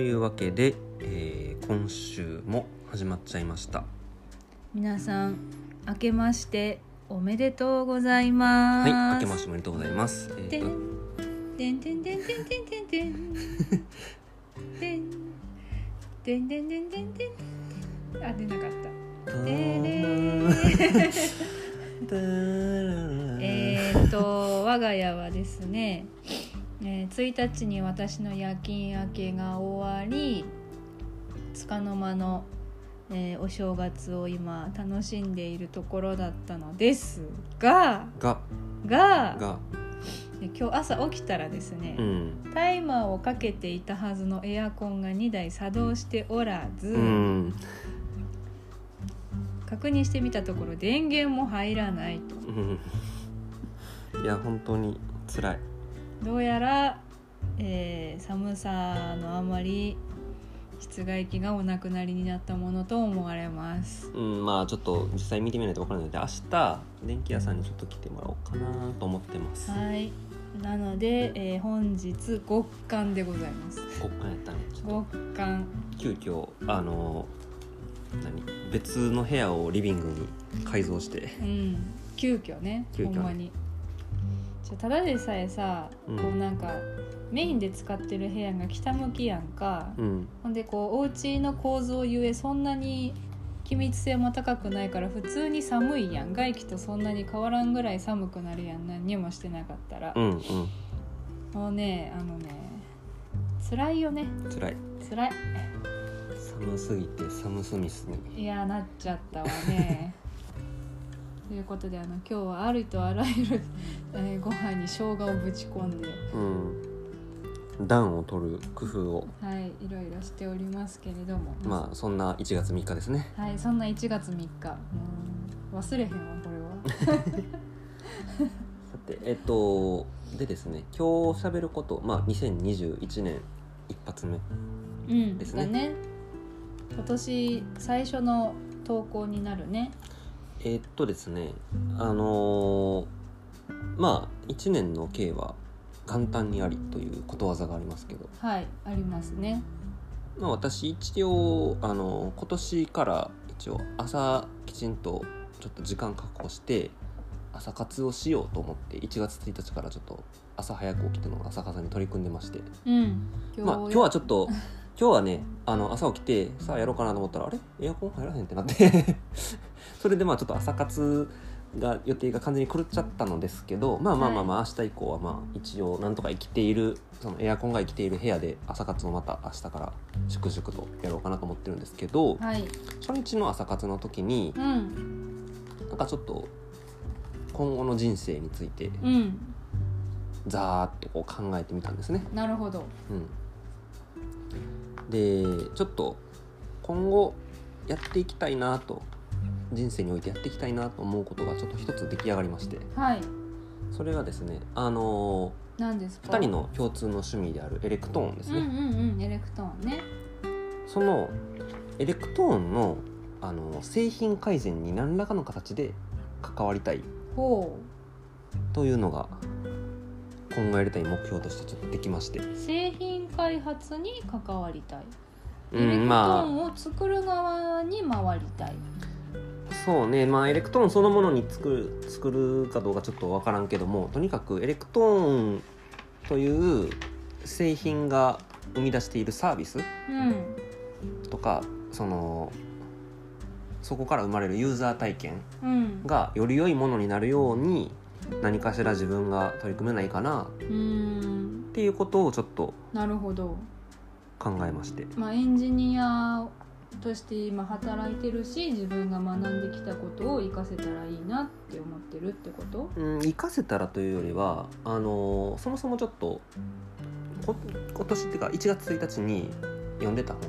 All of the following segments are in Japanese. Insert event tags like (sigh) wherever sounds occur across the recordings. いうわけで、えー今週も始まっちゃいました皆さん明けましておめでとうございまはす。い明けましておめでとうございます、えーてとんてんてんてんてんてんてんてんてんてんてんてんてんてんてんあ出なかった。てれえー、と我が家はですね、えー1日に私の夜勤明けが終わり束の間の、えーお正月を今楽しんでいるところだったのですががががえ今日朝起きたらですね、うんタイマーをかけていたはずのエアコンが2台作動しておらず、うん確認してみたところ電源も入らないとうんいや本当に辛いどうやら、えー寒さのあまり室外機がお亡くなりになったものと思われますうんまあちょっと実際見てみないと分からないので明日電気屋さんにちょっと来てもらおうかなと思ってますはいなので、えー本日極寒でございますこっからやったねちょっと極寒急遽あの何別の部屋をリビングに改造してうん急遽ね急遽ねほんまにちょただでさえさ、うんこうなんかメインで使ってる部屋が北向きやんか、うんほんでこうお家の構造ゆえそんなに気密性も高くないから普通に寒いやん外気とそんなに変わらんぐらい寒くなるやん何にもしてなかったら、うんうんもうねあのね辛いよね辛い辛い寒すぎてサム・スミスにいやなっちゃったわね (laughs) ということであの今日はあるとあらゆる、えーご飯に生姜をぶち込んでうん暖を取る工夫をはいいろいろしておりますけれどもまあそんな1月3日ですねはい、そんな1月3日。うん忘れへんわ、これは。さてえっとでですね今日喋ることまあ2021年一発目うん、ですねだね。今年最初の投稿になるね。えっとですねあのーまあ1年の計は元旦にありということわざがありますけどはい、ありますね。まあ、私一応あの今年から一応朝きちんとちょっと時間確保して朝活をしようと思って1月1日からちょっと朝早く起きての朝活に取り組んでましてうん。まあ今日はちょっと今日はねあの朝起きてさあやろうかなと思ったらあれエアコン入らへんってなって (laughs) それでまあちょっと朝活が予定が完全に狂っちゃったのですけどまあまあまあまあ明日以降はまあ一応なんとか生きているそのエアコンが生きている部屋で朝活をまた明日から粛々とやろうかなと思ってるんですけどはい。初日の朝活の時にうん。なんかちょっと今後の人生についてうん。ざーっとこう考えてみたんですね。なるほど。うん、でちょっと今後やっていきたいなと人生においてやっていきたいなと思うことがちょっと一つ出来上がりましてはい。それがですねあのなんですか。 2人。の共通の趣味であるエレクトーンですうんうね、んうん、エレクトーンね。そのエレクトーンのあの製品改善に何らかの形で関わりたいほというのが今後やりたい目標としてちょっとできまして、う。製品開発に関わりたい。エうレクん、トーまあンを作る側に回りたい。そうねまあエレクトーンそのものに作る作るかどうかちょっと分からんけどもとにかくエレクトーンという製品が生み出しているサービスうん。とかそのそこから生まれるユーザー体験うん。がより良いものになるように何かしら自分が取り組めないかなうーっん。ていうことをちょっとなるほど。考えましてまあ、エンジニアとして今働いてるし自分が学んできたことを活かせたらいいなって思ってるってことうん、活かせたらというよりはあのーそもそもちょっとこ今年っていうか1月1日に読んでた本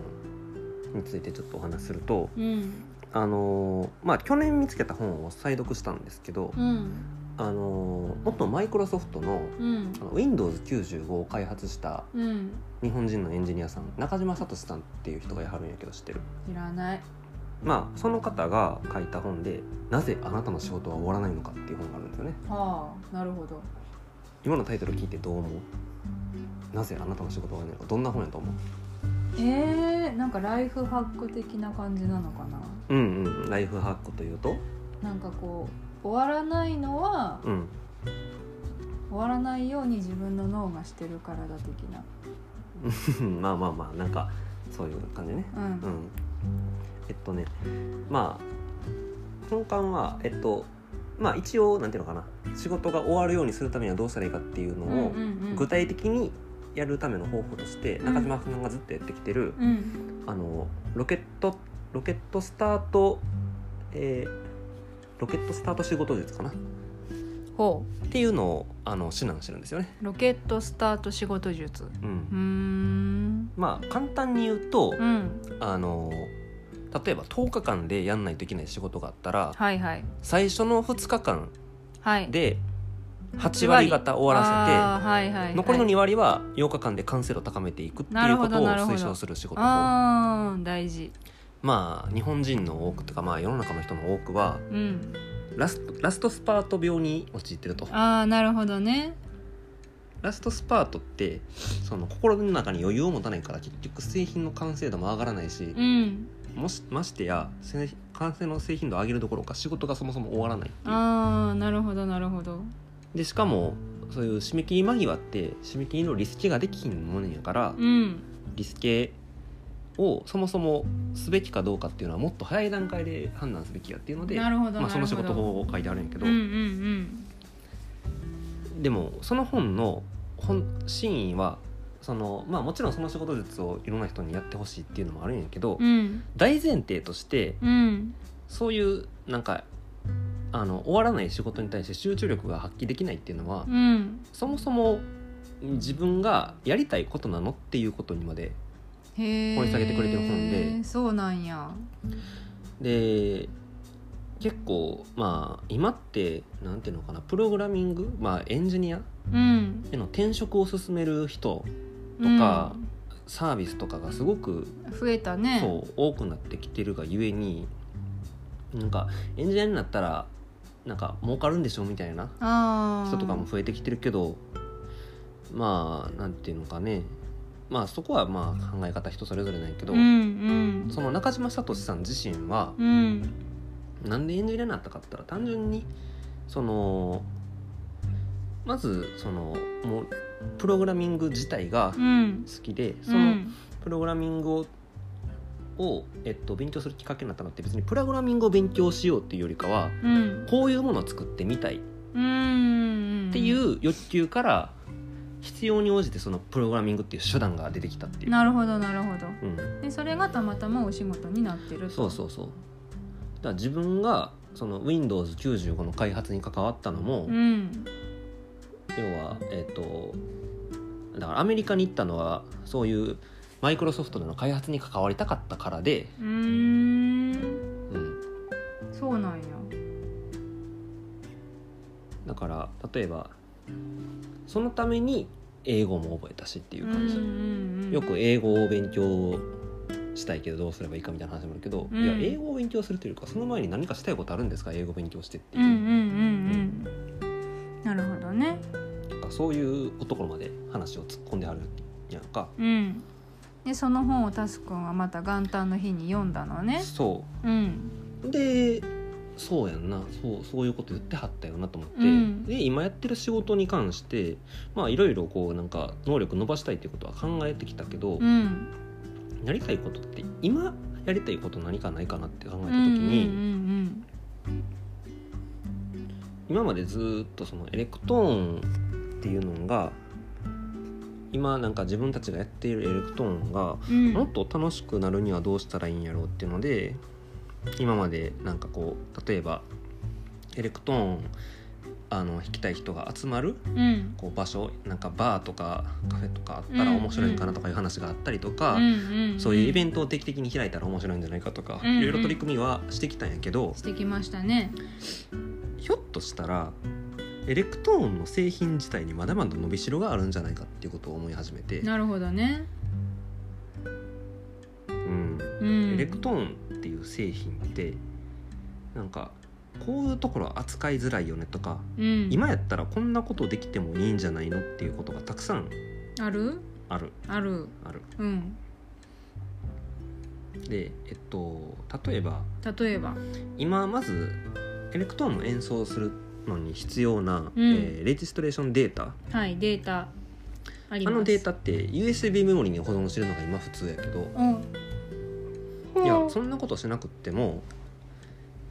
についてちょっとお話しすると、うんあのーまあ、去年見つけた本を再読したんですけど、うんあのー元マイクロソフトのうんあの Windows95 を開発したうん日本人のエンジニアさん中島聡さんっていう人がやはるんやけど知ってるいらないまあその方が書いた本で「なぜあなたの仕事は終わらないのか」っていう本があるんですよね。はあなるほど今のタイトル聞いてどう思うなぜあなたの仕事がないのかどんな本やと思うえー、なんかライフハック的な感じなのかなうんうんライフハックというとなんかこう終わらないのはうん終わらないように自分の脳がしてるからだ的な、まあまあまあなん (laughs) かそういう感じねうんうんえっとねまあ根幹はえっとまあ一応なんていうのかな仕事が終わるようにするためにはどうしたらいいかっていうのうんをうんうん具体的にやるための方法としてん中島さんがずっとやってきてるうんあのロケットロケットスタートえーロケットスタート仕事術かなっほていうのをあの指南してるんですよね。うロケットスタート仕事術ううーん、んまあ簡単に言うとうんあの例えば10日間でやんないといけない仕事があったらはいはい最初の2日間はいで8割方終わらあーはいはいせはてい残りの2割は8日間で完成度を高めていくってないるうこほとどをなるほど推奨する仕事法あー大事まあ日本人の多くとかまあ世の中の人の多くはうんラストラストスパート病に陥ってるとああなるほどねラストスパートってその心の中に余裕を持たないから結局製品の完成度も上がらないしうんもしましてやせ完成の製品度を上げるどころか仕事がそもそも終わらないっていうああなるほどなるほどでしかもそういう締め切り間際って締め切りのリスケができひんもんやからうんリスケをそもそもすべきかどうかっていうのはもっと早い段階で判断すべきやっていうのでなるほどまあ、その仕事法法を書いてあるんやけど、うんうんでもその本の本真意はその、まあ、もちろんその仕事術をいろんな人にやってほしいっていうのもあるんやけど、うんうん大前提としてうんそういうなんかあの終わらない仕事に対して集中力が発揮できないっていうのは、うんそもそも自分がやりたいことなのっていうことにまでへえ掘り下げてくれてる本でそうなんやで結構まあ今ってなんていうのかなプログラミング、まあ、エンジニアうんへの転職を進める人とかサービスとかがすごく増えたねそう多くなってきてるがゆえになんかエンジニアになったらなんか儲かるんでしょみたいなああ人とかも増えてきてるけどまあなんていうのかねまあそこはまあ考え方人それぞれなんやけど、うんうんその中島聡さん自身はうんなんで演じれなかったかって言ったら単純にそのまずそのもうプログラミング自体がうん好きで、そうのんプログラミングをを、えっと、勉強するきっかけになったのって別にプログラミングを勉強しようっていうよりかはうんこういうものを作ってみたいっうんていう欲求から必要に応じてそのプログラミングっていう手段が出てきたっていう。なるほどなるほどうんでそれがたまたまお仕事になってるとそうそうそうだから自分がその Windows95 の開発に関わったのも、うん要はえっ、とだからアメリカに行ったのはそういうマイクロソフトでの開発に関わりたかったからで、うーんうん、そうなんやだから例えばそのために英語も覚えたしっていう感じ、うんよく英語を勉強したいけどどうすればいいかみたいな話もあるけど、うんいや英語を勉強するというよりかその前に何かしたいことあるんですか英語勉強してってうんいうう、んうんうんなるほどねなんかそういうところまで話を突っ込んであるやんか、うんでその本をタスくんはまた元旦の日に読んだのねそうんうでそうやんなそうそういうこと言ってはったよなと思って、うんで今やってる仕事に関してまあいろいろこうなんか能力伸ばしたいっていうことは考えてきたけど、うんやりたいことって今やりたいこと何かないかなって考えうたん時うんに、うん今までずーっとそのエレクトーンっていうのが今なんか自分たちがやっているエレクトーンがうんもっと楽しくなるにはどうしたらいいんやろうっていうので今までなんかこう例えばエレクトーンあの弾きたい人が集まるうんこう場所なんかバーとかカフェとかあったうんらうん面白いんかなとかいう話があったりとか、うんそういうイベンントを定期的に開いたら面白いんじゃないかとか、うんうんいろいろ取り組みはしてきたんやけどトしてきましたねひょっとしたらエレクトーンの製品自体にまだまだ伸びしろがあるんじゃないかっていうことを思い始めて、なるほどねうん、うんエレクトーンっていう製品ってなんかこういうところ扱いづらいよねとかうん今やったらこんなことできてもいいんじゃないのっていうことがたくさんあるあるあるあるうんでえっと例えば例えば今まずエレクトーンを演奏するのに必要な、うんえーレジストレーションデータはいデータありあますのデータって USB メモリに保存してるのが今普通やけどうんいやほうそんなことしなくっても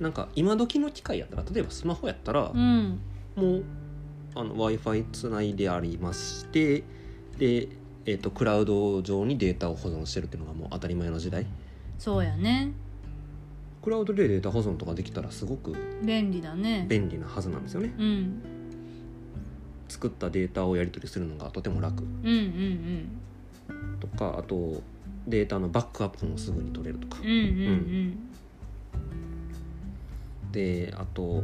なんか今時の機械やったら例えばスマホやったら、うんもう w i f i つないでありましてで、えっとクラウド上にデータを保存してるっていうのがもう当たり前の時代そうやねクラウドでデータ保存とかできたらすごく便利だね便利なはずなんですよねうん作ったデータをやり取りするのがとても楽うんうんとかあとデータのバックアップもすぐに取れるとかうんうんうんであと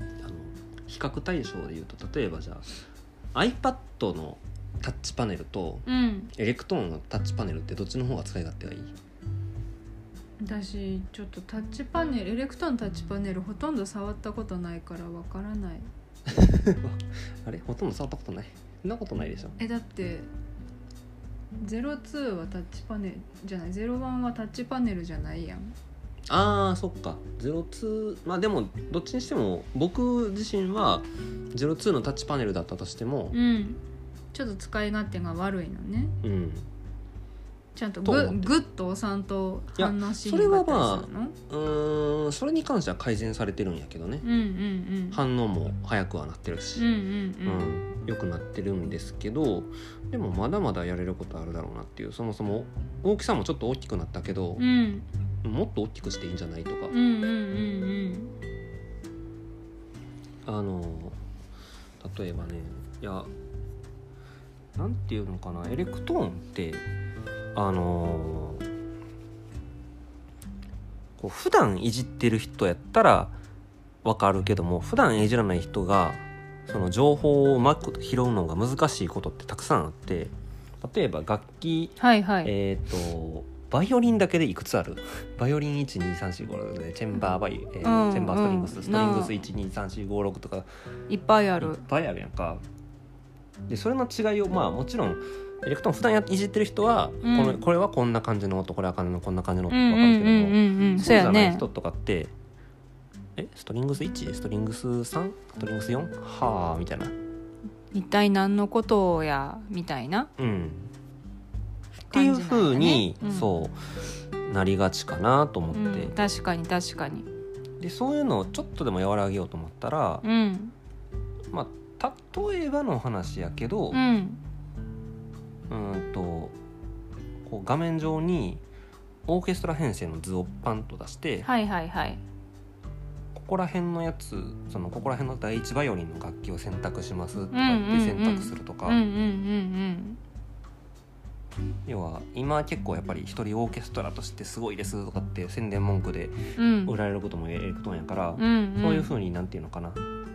あの比較対象でいうと例えばじゃあ iPad のタッチパネルとうんうんエレクトーンのタッチパネルってどっちの方が使い勝手がいい私ちょっとタッチパネルエレクトーンタッチパネルほとんど触ったことないからわからないあれほとんど触ったことないそんなことないでしょえだって02はタッチパネルじゃない01はタッチパネルじゃないやんあーそっか02まあでもどっちにしても僕自身は02のタッチパネルだったとしてもうんちょっと使い勝手が悪いのねうんちゃんととグ思ってッグッと押さんと反応しいやそれはまあなかったりするのうーんそれに関しては改善されてるんやけどねうんうんうん反応も早くはなってるうんうし、うん良くなってるんですけどでもまだまだやれることあるだろうなっていうそもそも大きさもちょっと大きくなったけどうんう、んもっと大きくしていいんじゃないとか、うんうんうんあの例えばねいやなんていうのかなエレクトーンってあのこう普段いじってる人やったらわかるけども普段いじらない人がその情報をうまく拾うのが難しいことってたくさんあって例えば楽器はいはいえっ、とバイオリンだけでいくつある (laughs) バイオリン12345でチェンバーバイ、えーうんチェンバーストリングス、うんストリングス12345とかいっぱいあいっぱいあるやんかでそれの違いをまあもちろんエレクトーン普段やいじってる人は、うんこのこれはこんな感じの音これはこんなこんな感じのう音んわうかんるけうども、んうんうんそそううじやゃないね人とかってえストリングス1ストリングス3ストリングス4はあみたいな一体何のことやみたいなうんっていうふうに、感じなんだねうそんうなりがちかなと思うってん、確かに確かにでそういうのをちょっとでも和らげようと思ったら、うんまあ例えばの話やけど、うんうーんとこう画面上にオーケストラ編成の図をパンと出して、はいはいはいここら辺のやつそのここら辺の第一バイオリンの楽器を選択しますとかうんう言っんうんて選択するとか、うんうんうん要は今結構やっぱり一人オーケストラとしてすごいですとかって宣伝文句でうん売られることもエレクトーンやから、うんそういうふうになんていうのかな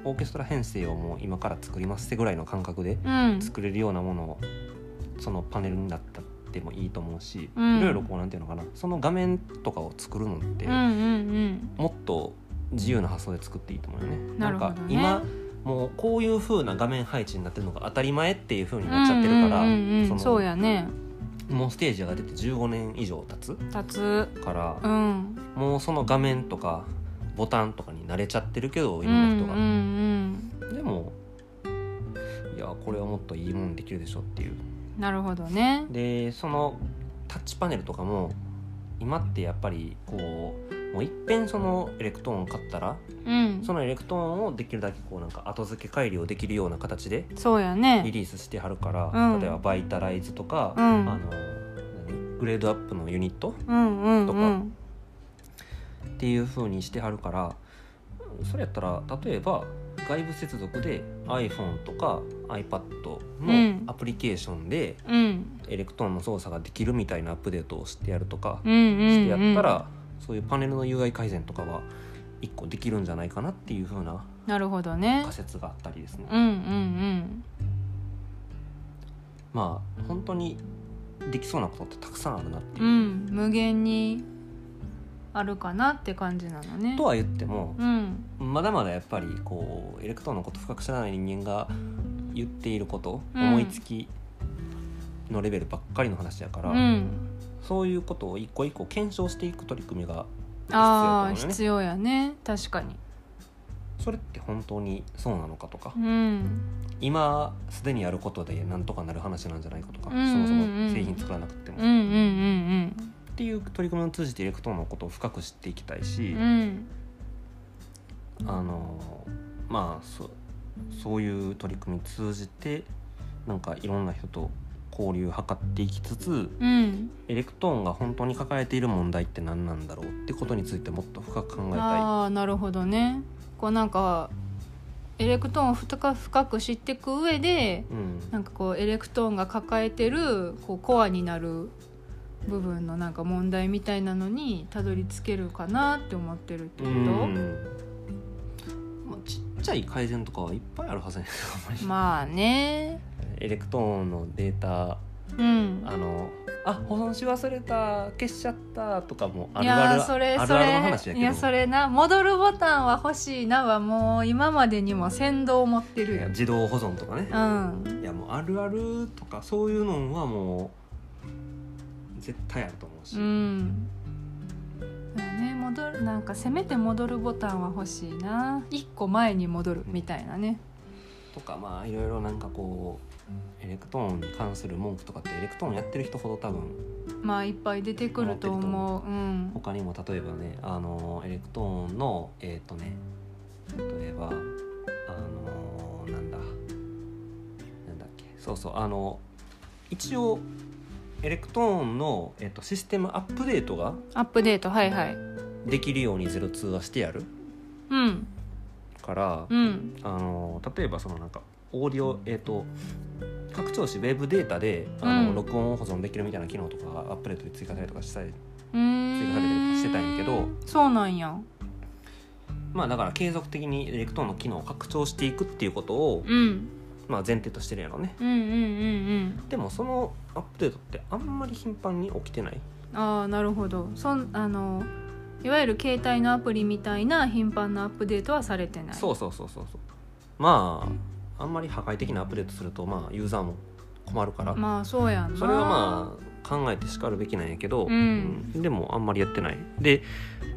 オーケストラ編成をもう今から作りますってぐらいの感覚でうん作れるようなものをそのパネルになったってもいいと思うし、うんいろいろこうなんていうのかなその画面とかを作るのって、うんうんもっと自由な発想で作っていいと思うよね。うんなるほどんかね今もうこういう風な画面配置になってるのが当たり前っていう風になっちゃってるから、うんうんうんうん、そそうのやねもうステージが出て15年以上経つ立つから、うんもうその画面とかボタンとかに慣れちゃってるけどういんうろんな人が、んでもいやこれはもっといいもんできるでしょっていううんなるほどねでそのタッチパネルとかも今ってやっぱりこうもういっぺんそのエレクトーンを買ったらうんそのエレクトーンをできるだけこうなんか後付け改良できるような形でそうやリねリースしてはるから、うん例えばバイタライズとか、うんあの何グレードアップのユニットうんうんとうんっていう風にしてはるからそれやったら例えば外部接続で iPhone とか iPad うんのアプリケーションでうんエレクトーンの操作ができるみたいなアップデートをしてやるとか、うんうんうんしてやったら、そういうパネルの UI 改善とかは一個できるんじゃないかなっていう風ななるほどね仮説があったりですね。うんうんまあ本当にできそうなことってたくさんあるなってうんういう。ん無限にあるかなって感じなのねとは言ってもうんまだまだやっぱりこうエレクトーンのこと深く知らない人間が言っていること、うん思いつきのレベルばっかりの話やから、うんそういうことを一個一個検証していく取り組みがああ必必要やね確かにそれって本当にそうなのかとか、うん今すでにやることでなんとかなる話なんじゃないかとか、うんうんうんそもそも製品作らなくても、うんうっんうんていう取り組みを通じてエレクトーンのことを深く知っていきたいし、うんうんあのまあそそういう取り組みを通じてなんかいろんな人と交流を図っていきつつうんエレクトーンが本当に抱えている問題って何なんだろうってことについてもっと深く考えたああなるほどねこうなんかエレクトーンを深く深く知っていく上でい。うんなんかこうエレクトーンが抱えてるこうコアになる部分のなんか問題みたいなのにたどり着けるかなって思ってるってこまあ、ちっちゃい改善とかはいっぱいあるはずやけどあんまとりまあねエレクトーンのデータうんあのあ保存し忘れた消しちゃったとかもあいるあやるーそれあそるあるの話やけれいどやそれな戻るボタンは欲しいなはもう今までにも先導を持ってるよ自動保存とかねう、んいやもうあるあるとかそういうのはもう絶対あると思うし、うんだよね戻るなんかせめて戻るボタンは欲しいな一個前に戻るみたいなねとかまあいろいろなんかこうエレクトーンに関する文句とかってエレクトーンやってる人ほど多分まあいっぱい出てくると思ううん他にも例えばねあのエレクトーンのえっ、とね例えばあのなんだなんだっけそうそうあの一応エレクトーンの、えっとシステムアップデートがアップデートはいはいできるように02はしてやるうんから、うんあの例えばそのなんかオーディオえっ、と拡張子ウェブデータであの、うん録音を保存できるみたいな機能とかがアップデートで追加されたりとかしたりうーんしてたんやけどそうなんやまあだから継続的にエレクトーンの機能を拡張していくっていうことを、うんまあ、前提としてるやろねうんうんうんでもそのアップデートってあんまり頻繁に起きてないうんああなるほどそんあのいわゆる携帯のアプリみたいな頻繁なアップデートはされてないそうそうそうそうそうまああんまり破壊的なアップデートするとまあユーザーも困るから、まあそうやんなそれはまあ考えてしかるべきなんやけど、うんうんでもあんまりやってないで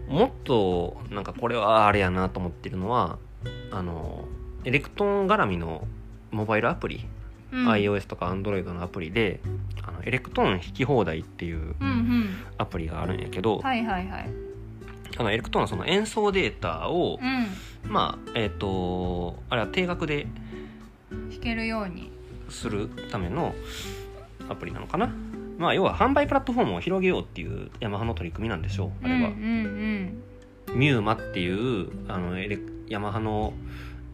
もっとなんかこれはあれやなと思ってるのはあのエレクトーン絡みのモバイルアプリあ、うん、 iOS とか Android のアプリであのエレクトーン弾き放題っていううんうんアプリがあるんやけど、はいはいはいあのエレクトーンのその演奏データを、うまあえっ、とあれは定額でん弾けるようにするためのアプリなのかな、まあ、要は販売プラットフォームを広げようっていうヤマハの取り組みなんでしょうあれは。うんうんミューマっていうあのエレヤマハの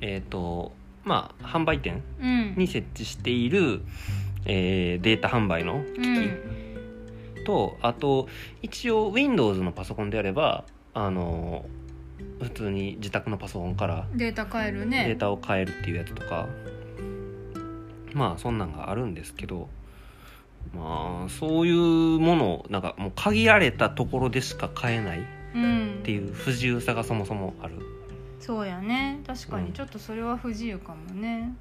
えっ、とまあ販売店うんうんに設置している、えーデータ販売のうんとあと一応 Windows のパソコンであればあの普通に自宅のパソコンからデータ変えるねデータを変えるっていうやつとか、まあそんなんがあるんですけどまあそういうものをなんかもう限られたところでしか買えないっうんていう不自由さがそもそもある。そうやね確かうにんちょっとそれは不自由かもね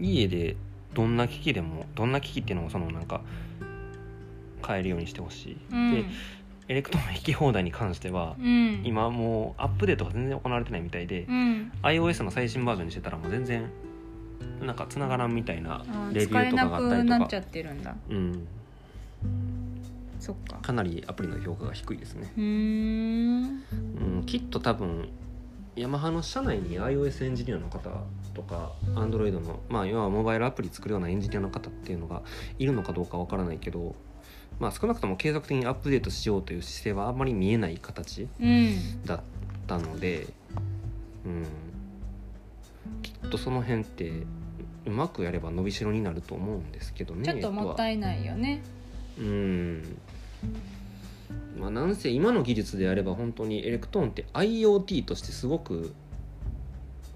家でどんな機器でもどんな機器っていうのもそのなんか買えるようにしてほしい、うんでエレクトーン引き放題に関してはうん今もうアップデートが全然行われてないみたいでう、ん iOS の最新バージョンにしてたらもう全然なんか繋がらんみたいなあーレビュ使ーえとかながあったくりなとっちかゃってるんだうんそっかかなりアプリの評価が低いですね、うーんうん、きっと多分ヤマハの社内に iOS エンジニアの方とか Android のまあ要はモバイルアプリ作るようなエンジニアの方っていうのがいるのかどうかわからないけどまあ少なくとも継続的にアップデートしようという姿勢はあんまり見えない形うんだったのでうんきっとその辺ってうまくやれば伸びしろになると思うんですけどねちょっともっいたいないよねうんまあなんせ今の技術であれば本当にエレクトーンって IoT としてすごく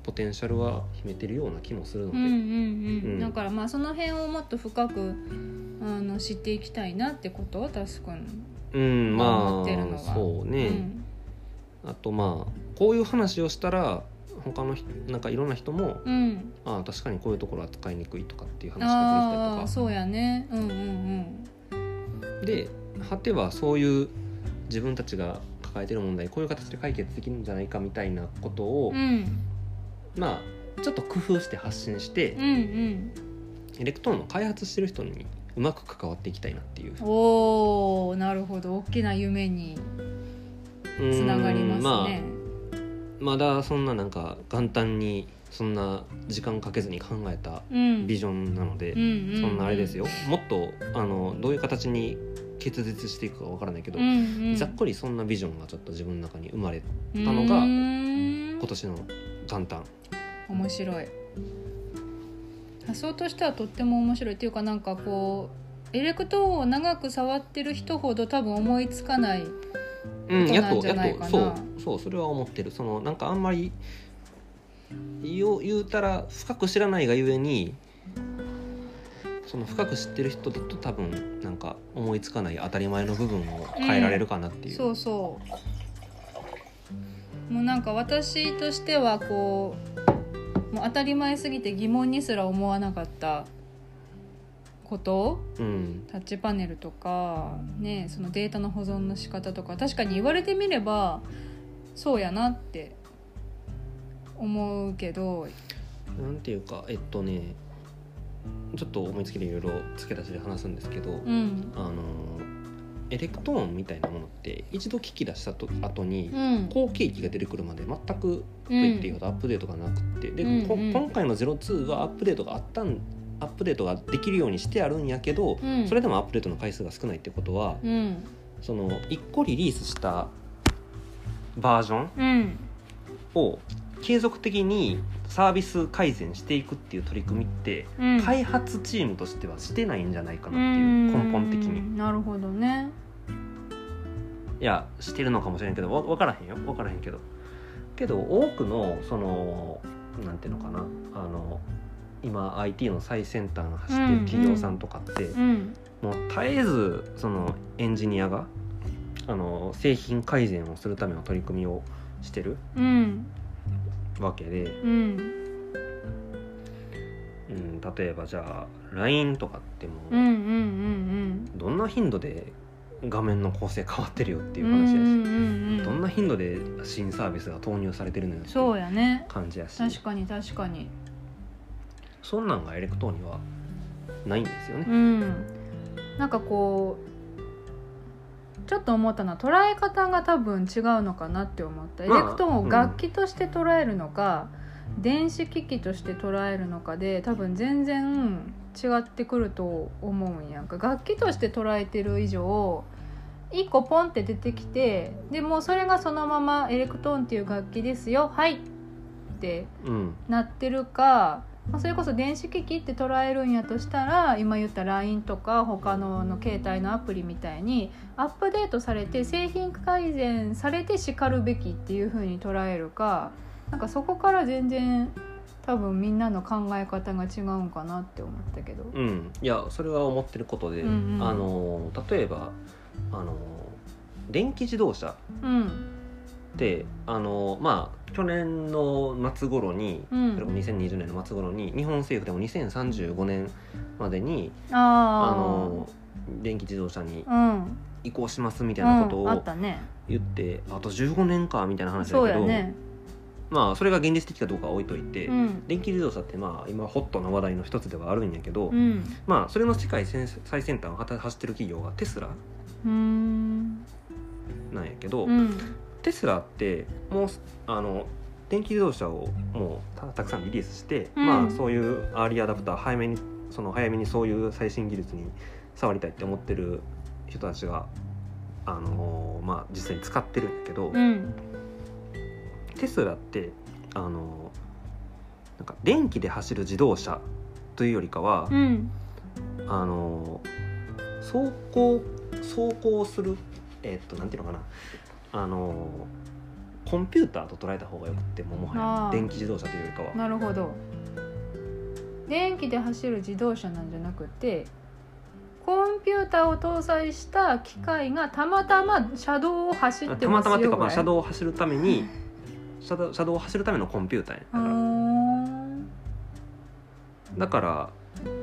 ポテンシャルは秘めてるような気もするので、うんうんううんんだからまあその辺をもっと深くあの知っていきたいなってことをタスくんうん思まってるのあはそううね、んあとまあこういう話をしたら他の人なんかいろんな人も、うんああ確かにこういうところは使いにくいとかっていう話が出てきたりとあかあそうやねうんうんうんで果てはそういう自分たちが抱えてる問題こういう形で解決できるんじゃないかみたいなことを、うんまあちょっと工夫して発信して、うんエレクトーンの開発してる人にうまく関わっていきたいなっていううんおーなるほど大きな夢につながりますね、うんまあ、まだそんななんか元旦にそんな時間かけずに考えたうんビジョンなので、うんうん、そんなあれですよ、よもっとあのどういう形に結実していくかわからないけど、うんうん、ざっくりそんなビジョンがちょっと自分の中に生まれりたのが今今年の元旦面白い発想としてはとっても面白いっていうかなんかこうエレクトーンを長く触ってる人ほど多分思いつかないうん、ことやっなんとじゃないやっかなとそうそうそれは思ってるそのなんかあんまり言おう言うたら深く知らないがゆえにその深く知ってる人だと多分なんか思いつかない当たり前の部分を変えられるかなっていう、そうそうもうなんか私としてはこうもう当たり前すぎて疑問にすら思わなかったことうんタッチパネルとか、ね、そのデータの保存の仕方とか確かに言われてみればそうやなって思うけどなんていうかえっとねちょっと思いつきでいろいろ付け出しで話すんですけど、うんあのエレクトーンみたいなものって一度聞き出したと後にうん後継機が出てくるまで全くとうん言っていいほどアップデートがなくって、で、うんこうん今回の02はアップデートがあったんアップデートができるようにしてあるんやけど、うんそれでもアップデートの回数が少ないってことは、うんその1個リリースしたバージョンうんを継続的にサービス改善していくっていう取り組みって、うん開発チームとしてはしてないんじゃないかなうってんいう根本的に。なるほどねいやしてるのかもしれんけどわ分からへんよ分からへんけどけど多くのそのなんていうのかなあの今 IT の最先端走ってる企業さんとかって、うんもう絶えずそのエンジニアがあの製品改善をするための取り組みをしてるうんわけで、うんうん、例えばじゃあ LINE とかってもうんうんうんうんどんな頻度で画面の構成変わってるよってていう話やし、うんうんどうんんな頻度で新サービスが投入されてるのよっていうそうやね感じやし確かに確かにそんなんがエレクトーンにはないんですよねう。んなんかこうちょっと思ったのは捉え方が多分違うのかなって思ったエレまあクトーンを楽器として捉えるのか、電子機器として捉えるのかで多分全然違ってくると思うんやんか楽器として捉えてる以上1個ポンって出てきてでもうそれがそのままエレクトーンっていう楽器ですよはいってうん、なってるか、まあ、それこそ電子機器って捉えるんやとしたら今言った LINE とか他のあの携帯のアプリみたいにアップデートされて製品改善されてしかるべきっていう風に捉えるかなんかそこから全然多分みんなの考え方が違うんかなって思ったけど。うん、いやそれは思ってることで、うんうんあの例えばあの電気自動車うんってあのまあ去年の末頃に、うんそれも2020年の末頃に日本政府でも2035年までにああの電気自動車にあうん移行しますみたいなことうんあをったね言って、あと15年かみたいな話だそうけやど、ねまあそれが現実的かどうかは置いといて、うん電気自動車ってまあ今ホットな話題の一つではあるんやけど、うんまあそれの世界先最先端を走ってる企業がテスラうーんなんやけど、うんテスラってもうあの電気自動車をもうたたくさんリリースして、うんまあそういうアーリーアダプター早めにその早めにそういう最新技術に触りたいって思ってる人たちが、あのーまあ、実際に使ってるんやけど、うんテスラって、あのーなんか電気で走る自動車というよりかは、うんあの走行走行するえっとなんていうのかなあのコンピューターと捉えた方がよくってもうもはあーや電気自動車というよりかはなるほど電気で走る自動車なんじゃなくてコンピューターを搭載した機械がたまたま車道を走ってますたよまたまっていうかまあぐら車道を走るために車道車道を走るためのコンピューターやだうーからんだから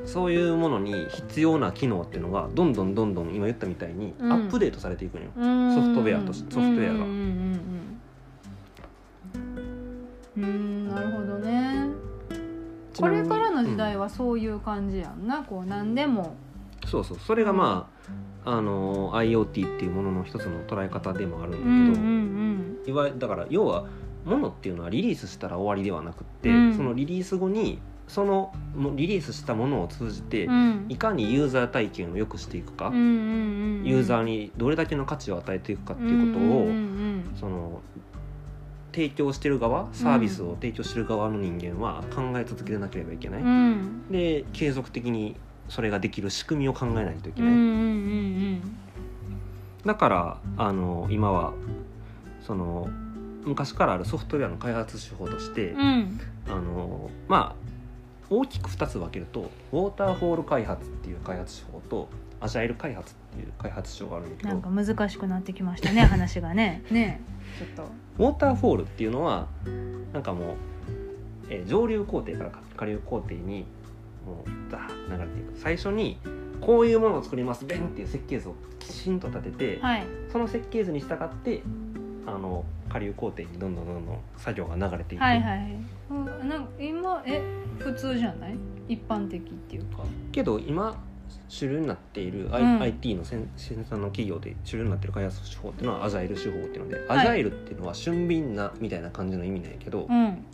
そういうものに必要な機能っていうのがどんどんどんどん今言ったみたいにアうんップデートされていくのよ、ソソフトウェアとしソフトウェアがうんうんうんうんうんなるほどねちこなみにれからの時代はそういう感じやんな、こう何でもそうそうそれがまあ、あの IoT っていうものの一つの捉え方でもあるんだけど、んいわゆるだから要はものっていうのはリリースしたら終わりではなくって、うんそのリリース後にそのもリリースしたものを通じて、うんいかにユーザー体験を良くしていくか、うんうんうんユーザーににどれだけの価値を与えていくかっっていうことを、うんうんその提供してる側サービスを提供してる側の人間は考え続けなければいけない、うんうんで継続的にそれができる仕組みを考えないといけうない、んだからあの今はその昔からあるソフトウェアの開発手法として、うんうんあのまあ大きく2つ分けるとウォーターフォール開発っていう開発手法とアジャイル開発っていう開発手法があるんだけなどんか難しくなってきました (laughs) ね話がね。ねえちょっウォーターフォールっていうのはなんかもう、えー上流工程から下流工程にもうザーッと流れていく最初にこういうものを作りますベンっていう設計図をきちんと立てて、とはいその設計図に従ってあの下流工程にどんどんどんどん作業が流れていく、はいはいうんなんか今え普通じゃない一般的っていうかけど今主流になっている、I うん IT の先生産の企業で主流になってる開発手法っていうのはアジャイル手法っていうので、いアジャイルっていうのは俊敏なみたいな感じの意味なんやけど、うん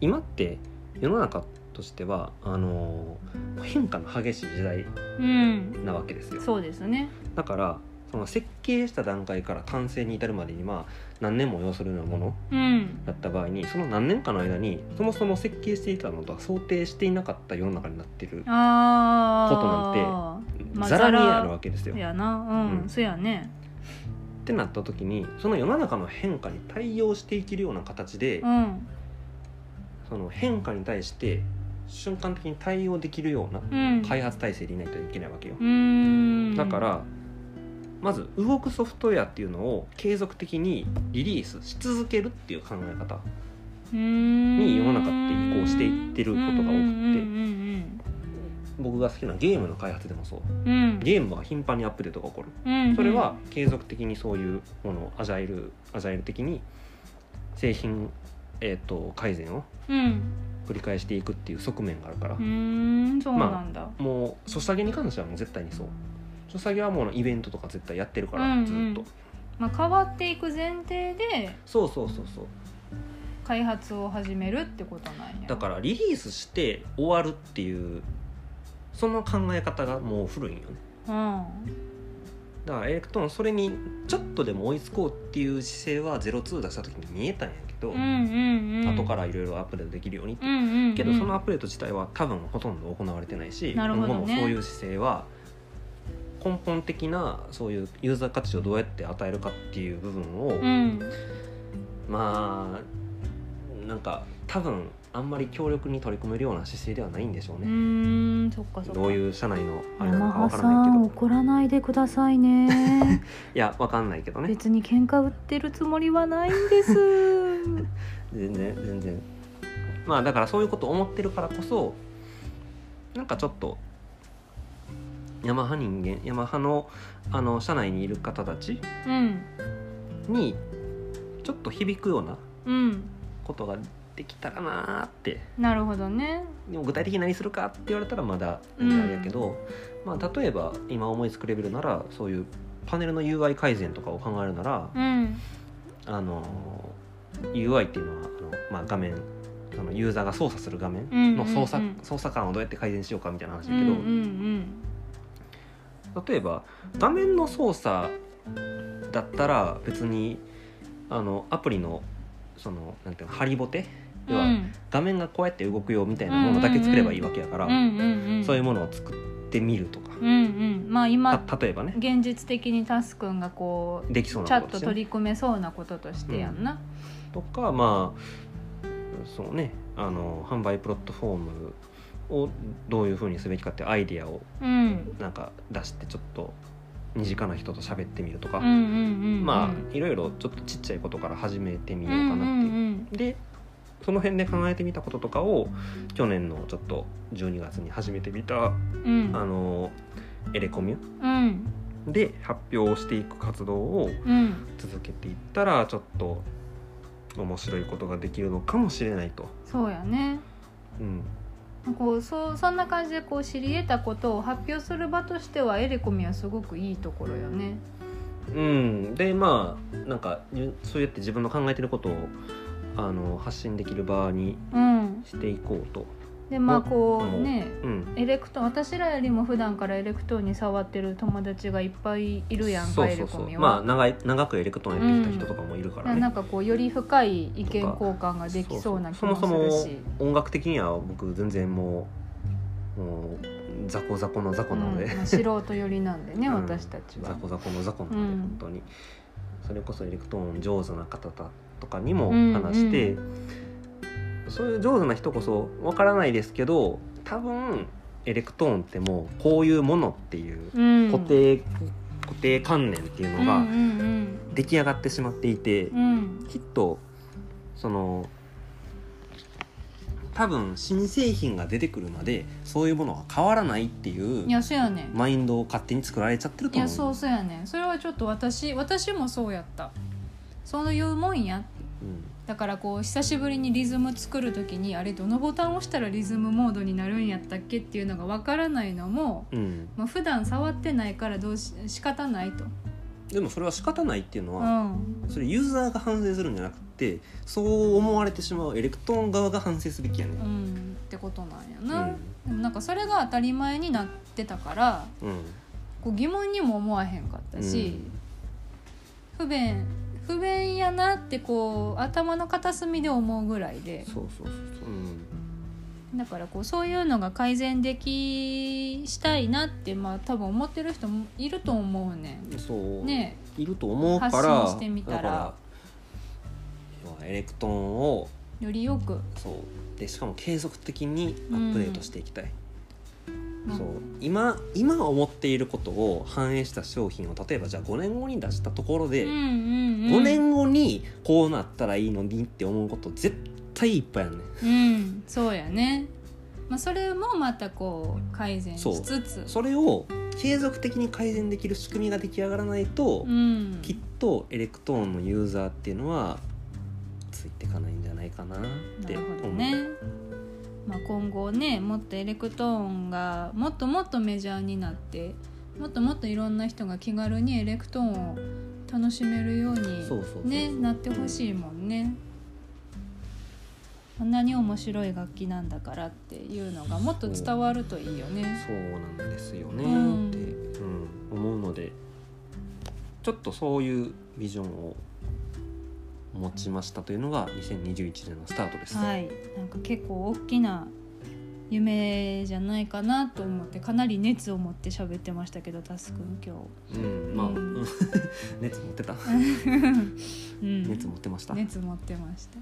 今って世の中としてはあのー変化の激しい時代うんなわけですよそうですねだからその設計した段階から完成に至るまでにまあ何年も要するようなものうんだった場合にその何年かの間にそもそも設計していたのとは想定していなかった世の中になってるああことなまあざらにざらあるわけですよ。っやなうん、うんそやねてなった時にその世の中の変化に対応していけるような形でうんその変化に対して瞬間的に対応できるようなうん開発体制でいないといけないわけよう。ーんだからまず動くソフトウェアっていうのを継続的にリリースし続けるっていう考え方にに世の中って移行していってることが多くてく僕が好きなゲームの開発でもそうてゲームは頻繁にアップデートが起こるそれは継続的にそういうものをアジャイルアジャイル的に製品、えー、と改善をうん繰り返していくっていう側面があるから、うーんそうなんだもうソシャゲに関してはもう絶対にそうソシャゲはもうイベントとか絶対やってるから、うんうんずっとまあ変わっていく前提でそうそうそうそう開発を始めるってことなんやだからリリースして終わるっていうその考え方がもう古いんよねうんだからエレクトーンそれにちょっとでも追いつこうっていう姿勢は02出した時に見えたんやけど、うんうんうん後からいろいろアップデートできるようにって、うんうんうんけどそのアップデート自体は多分ほとんど行われてないしなるほどね今後もそういう姿勢は根本的なそういうユーザー価値をどうやって与えるかっていう部分を、うんまあなんか多分あんまり強力に取り組めるような姿勢ではないんでしょうね。うーんそっかそっかどういう社内のあれな山のかわ葉からさないけんど怒らないでください (laughs) ねいやわかんないけどね別に喧嘩売ってるつもりはないんです (laughs) 全然全然まあだからそういうこと思ってるからこそなんかちょっとヤマハ人間ヤマハのあの社内にいる方たちうんにちょっと響くようなうんことができたらなーってなるほどねでも具体的に何するかって言われたらまだ全然あれやけど、まあ例えば今思いつくレベルならそういうパネルの UI 改善とかを考えるならうんあの UI っていうのはあの、まあ、画面あのユーザーが操作する画面の操作,、うんうんうん操作感をどうやって改善しようかみたいな話だうけんど、うん例えば画面の操作だったら別にあのアプリのそのなんていうのハリボテう要んうはん画面がこうやって動くよみたいなものだけ作ればいいわけやから、うんうんうんそういうものを作ってみるとか、うんうんまあ今た例えばね現実的にタスくんがこうできそうチなャこッとでトすね取り組めそうなこととしてやんな、とかまあそうねあの販売プロットフォームをどういうふうにすべきかってアイディアをうん、うんなんか出してちょっと身近な人と喋ってみるとか、うんうんうんまあいろいろちょっとちっちゃいことから始めてみようかなっていう。うんうんうんでその辺で考えてみたこととかを去年のちょっと12月に始めてみた、うんあのエレコミュうんで発表していく活動をうん続けていったらちょっと面白いことができるのかもしれないと。そうやねうん、こうそうそんな感じでこう知り得たことを発表する場としてはエレコミはすごくいいところよね。うん、でまあなんかゆそうやって自分の考えてることをあの発信できる場にうん、していこうと。でまあもこもううねうんエレクトーン私らよりも普段からエレクトーンに触ってる友達がいっぱいいるやんかそうエそレうコそうミは。まあ長い長くエレクトーンやってきた人とかもいるからね、なんかこうより深い意見交換ができそうな気もすそもるそし。も音楽的には僕全然もうもう雑魚雑魚の雑魚なので、うんまあ素人寄りなんでね、うん私たち雑は。魚雑魚の雑魚なので、うん本当にそれこそエレクトーン上手な方だとかにもうん話して、そういう上手な人こそわからないですけど多分エレクトーンってもうこういうものっていううん固定、固定観念っていうのうがんうん出来上がってしまっていて。うんうんきっとその多分新製品が出てくるまでそういうものは変わらないっていういやそうやねマインドを勝手に作られちゃってるいとや思そううそうやねそれはちょっと私私もそうやったそういうもんやうんだからこう久しぶりにリズム作る時にあれどのボタンを押したらリズムモードになるんやったっけっていうのがわからないのも、うんまあ、普段触ってないからどうし仕方ないと、でもそれは仕方ないっていうのうは、ん、それユーザーが反省するんじゃなくてそう思われてしまうエレクトーン側が反省すべきやねう、んってことなんやうな、んでもなんかそれが当たり前になってたからうんこう疑問にも思わへんかったし、不便不便やなってこう頭の片隅で思うぐらいでそうそうそうそう、うんだからこうそういうのが改善できしたいなってまあ多分思ってる人もいると思うねそう、んねいると思うから発信してみたらだから要はエレクトーンをよりよくそうでしかも継続的にアップデートしていきたい、うんそう今今思っていることを反映した商品を例えばじゃあ5年後に出したところで、うんうんうん5年後にこうなったらいいのにって思うこと絶対いっぱいあるねうんそうやね、まあ、それもまたこう改善しつつそれを継続的に改善できる仕組みが出来上がらないと、んきっとエレクトーンのユーザーっていうのはついていかないんじゃないかなっなてる思ほうどね、まあ、今後ねもっとエレクトーンがもっともっとメジャーになってもっともっといろんな人が気軽にエレクトーンを楽しめるようにそうそうそうそうねなってほしいもんね。あんなに面白い楽器なんだからっていうのがもっと伝わるといいよね。そうなんですよね、うんって、うん、思うのでちょっとそういうビジョンを持ちましたというのが2021年のスタートです。はい、なんか結構大きな夢じゃないかなと思ってかなり熱を持って喋ってましたけどタスくん今うん、まあ、うんうん (laughs) 熱持ってた、日。うん熱持ってました。熱持ってました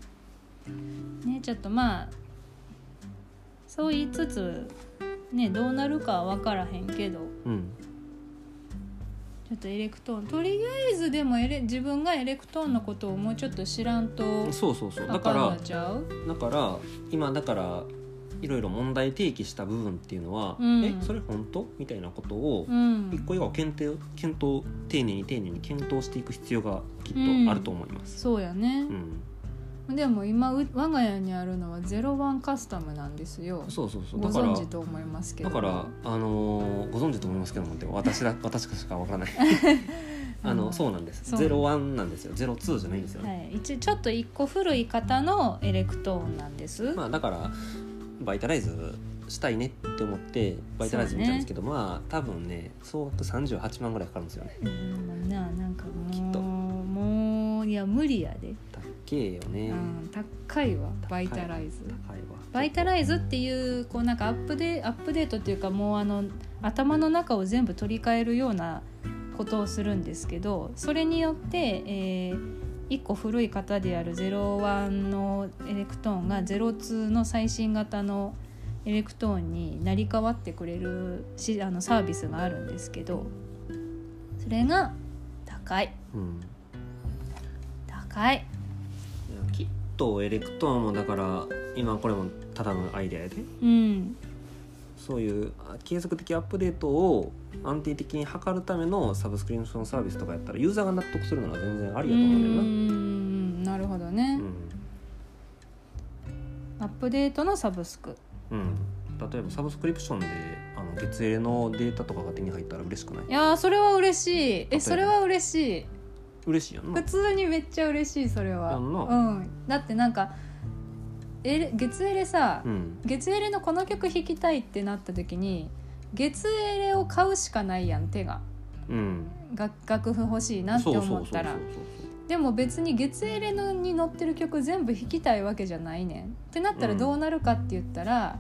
ねちょっとまあそう言いつつねどうなるかは分からへんけどうん、ちょっとエレクトーンとりあえずでもエレ自分がエレクトーンのことをもうちょっと知らんとそうそうそう。あだかからんのちゃうだから今だからいろいろ問題提起した部分っていうのは、うんえそれ本当みたいなことをう一ん個一個検討検討丁寧に丁寧に検討していく必要がきっとあると思います。そうやねう、んでも今う我が家にあるのは01カスタムなんですよそうそうそうごだから存知と思いますけどだからあのーご存知と思いますけどもって私だ私しかわ (laughs) からないあのそうなんですそうゼロワンなんですよゼロツーじゃないんですよね、はい、一ちょっと一個古い方のエレクトーンなんです、まあだからバイタライズしたいねって思ってバイタライズ見たんですけど、まあ多分ね総額38万ぐらいかかるんですよねうんなあなんかもうきっともういや無理やで、高えよね、うん、高いわバイタライズ高いわバイタライズっていうこうなんかアップデアップデートっていうかもうあの頭の中を全部取り替えるようなことをするんですけどそれによって、え1個古い方である01のエレクトーンが02の最新型のエレクトーンに成り代わってくれるしあのサービスがあるんですけどそれが高いうん高いいやきっとエレクトーンもだから今これもただのアイデアやでうんそういうあ継続的アップデートを安定的に図るためのサブスクリプションサービスとかやったらユーザーが納得するなら全然あうりーやと思うんだよな。んなるほどね、アップデートのサブスクうん、うん、例えばサブスクリプションであの月例のデータとかが手に入ったら嬉しくないいやーそれは嬉しい例ええばそれは嬉しい嬉しいやんな普。通にめっちゃ嬉しいそれはやんなうんだってなんかえれ月エレさ、うん月エレのこの曲弾きたいってなった時に月エレを買うしかないやん手がうん楽楽譜欲しいなって思ったらそうそうそうそうでも別に月エレのに載ってる曲全部弾きたいわけじゃないねんってなったらうんどうなるかって言ったら、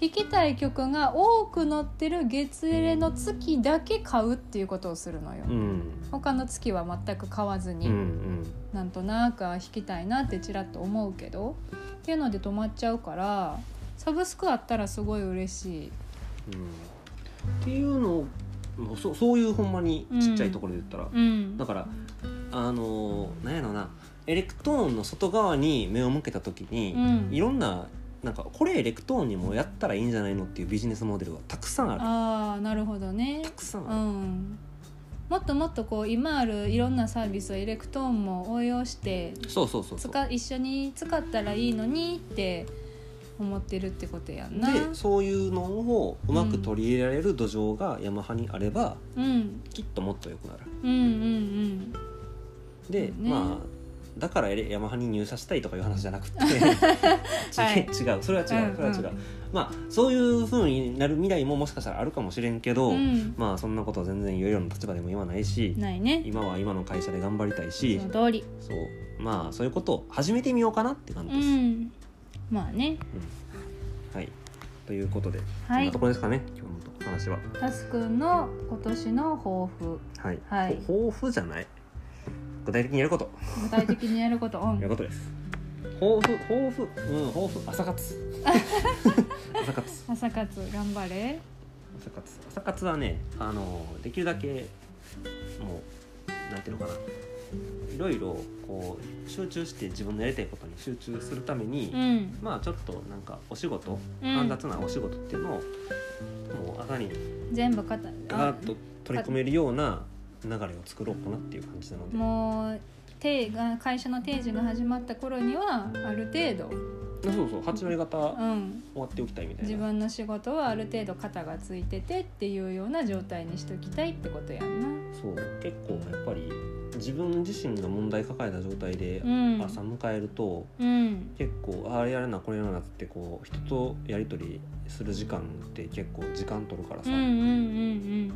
弾きたい曲が多く載ってる月エレの月だけ買うっていうことをするのよ、そううん他の月は全く買わずうに、んうんなんとなく弾きたいなってちらっと思うけどっていうので止まっちゃうからサブスクあったらすごい嬉しいうんっていうのをもうそそういうほんまにちっちゃいところで言ったら、うんだからあのーなんやろなエレクトーンの外側に目を向けた時うに、いんろんななんかこれエレクトーンにもやったらいいんじゃないのっていうビジネスモデルはたくさんあるああなるほどねたくさんうある、んもっともっとこう今あるいろんなサービスをエレクトーンも応用してそうそうそうそう使一緒に使ったらいいのにって思ってるってことやんなでそういうのをうまく取り入れられる土壌がヤマハにあれば、うんきっともっと良くなるうんうんで、そうねまあだからエレヤマハに入社したいとかいう話じゃなく (laughs) てちはい違うそれは違うそれは違う、うんうんまあそういう風になる未来ももしかしたらあるかもしれんけど、うんうんまあそんなことは全然言えるような立場でも言わないしないね今は今の会社で頑張りたいしその通りそうまあそういうことを始めてみようかなって感じうです。んまあねはいということで、はこんいなところですかね今日の話は。タスくんの今年の抱負はい、はいほ抱負じゃない具体的にやること具体的にやることうん (laughs) いうことです。抱負、抱負、うん、抱負、朝活。 (laughs) 朝活、朝活頑張れ朝活、朝活はね、あの、できるだけ。もう、なんていうのかな。いろいろ、こう、集中して、自分のやりたいことに集中するために。うんまあ、ちょっと、なんか、お仕事、うん煩雑なお仕事っていうのを。もう、朝に、全部かたガーッと取り組めるような。流れを作ろうかなっていう感じなので。もう定が会社の定時が始まった頃にはある程度そうそう、八割方、終うんわっておきたいみたいな。自分の仕事はある程度肩がついててっていうような状態にしときたいってことやんな。そう結構やっぱり自分自身が問題抱えた状態でうん、朝迎えると、うん、結構ああれやるなこれやるなってこう人とやり取りする時間って結構時間取るからうさ、んうんうんうん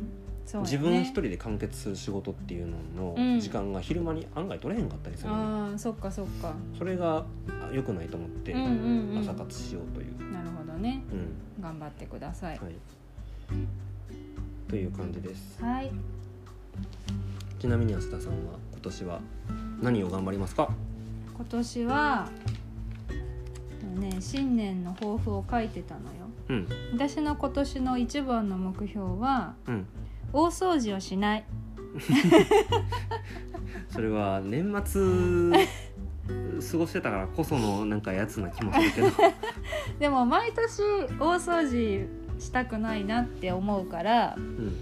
そうやね自分一人で完結する仕事っていうのうのん時間が昼間に案外取れへんかったりするのね、ああそっかそっかそれがあ良くないと思ってうんうんうん朝活しようという。なるほどねうん頑張ってくださいはいという感じですはいちなみに安田さんは今年は何を頑張りますか今年はね新年の抱負を書いてたのようん私の今年の一番の目標はうん大掃除をしないそれは年末過ごしてたからこそのなんかやつな気もするけ (laughs) どでも毎年大掃除したくないなって思うからうん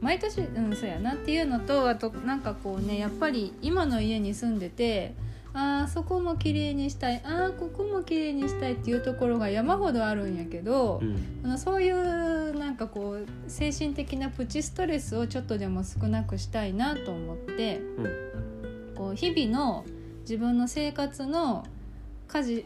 毎年うんそうやなっていうのとあとなんかこうねやっぱり今の家に住んでてあーそこも綺麗にしたいあーここも綺麗にしたいっていうところが山ほどあるんやけど、うんあのそういうなんかこう精神的なプチストレスをちょっとでも少なくしたいなと思って、こう日々の自分の生活の家事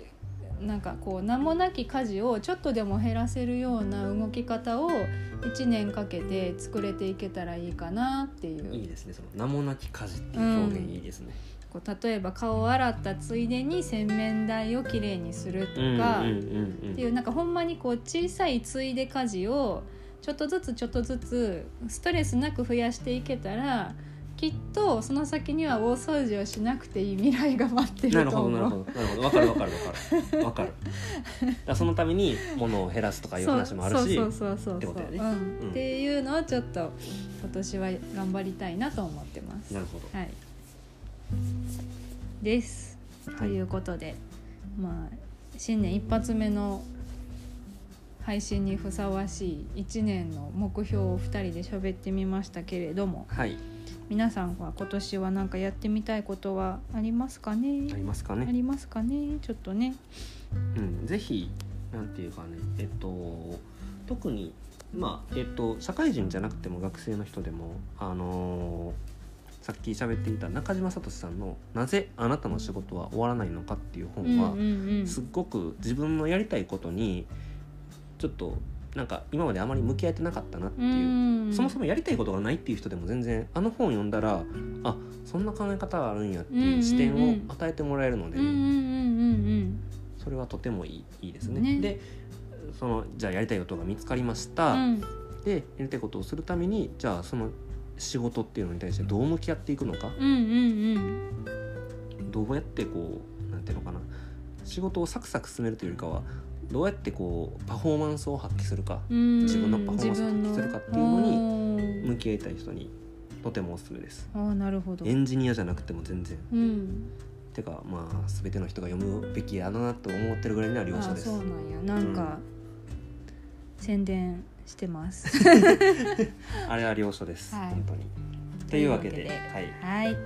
なんかこう名もなき家事をちょっとでも減らせるような動き方を1年かけて作れていけたらいいかなっていういいですねその名もなき家事っていう表現いいですね、こう例えば顔を洗ったついでに洗面台をきれいにするとうん、か、うんうんうんっていうなんかほんまにこう小さいついで家事をちょっとずつちょっとずつストレスなく増やしていけたらきっとその先には大掃除をしなくていい未来が待ってなるるとほどなる思ほう。どなるほどわかるわかるわか (laughs) るわかるだからそのために物を減らすとかいう話もあるしそうそうそうそうそうってことやねううんんっていうのをちょっと今年は頑張りたいなと思ってます。なるほどはい、です。ということで、まあ新年一発目の配信にふさわしい1年の目標を2人で喋ってみましたけれどもはい皆さんは今年は何かやってみたいことはありますかあねりますかあね、りますかねちょっとねうん、ぜひなんていうかねえっと特にまあえっと社会人じゃなくても学生の人でもあのーさっき喋っていた中島聡さんの「なぜあなたの仕事は終わらないのか」っていうう本んうは、んすっごく自分のやりたいことにちょっとなんか今まであまり向き合えてなかったなってういう、んうんそもそもやりたいことがないっていう人でも全然あの本読んだらあそんな考え方があるんやっていう視点うんうんをうん与えてもらえるので、うんうんうんそれはとてもいいいいですね。ねでそのじゃあやりたいことが見つかりましうた、んうんでやりたいことをするためにじゃあその仕事っていうのに対してどう向き合っていくのかうんうんうんどうやってこうなんていうのかな仕事をサクサク進めるというよりかはどうやってこうパフォーマンスを発揮するかうん自分のパフォーマンスを発揮するかっていうのにに向き合いたい人にとてもおすすめですあーなるほどエンジニアじゃなくても全然うんてかまあ全ての人が読むべきやなと思ってるぐらいには両者あですそうなんやなんか、宣伝してます (laughs) あれは両所です、はい本当にというわけでというわけではいはい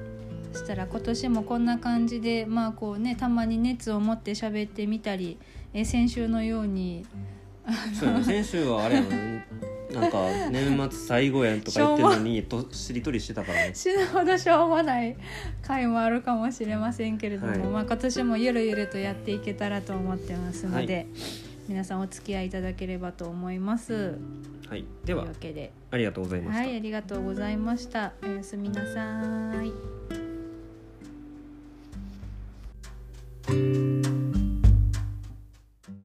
そしたら今年もこんな感じでまあこうねたまに熱を持って喋ってみたりえー先週のようにそうやね先週はあれやもんねなんか年末最後やんとか言ってるのにとしりとりしてたからね死ぬほどしょうもない (laughs) 回もあるかもしれませんけれども、はいまあ今年もゆるゆるとやっていけたらと思ってますので、は皆さんお付き合いいただければと思います。はいでというはわけでありがとうございました、はい、ありがとうございました。おやすみなさい。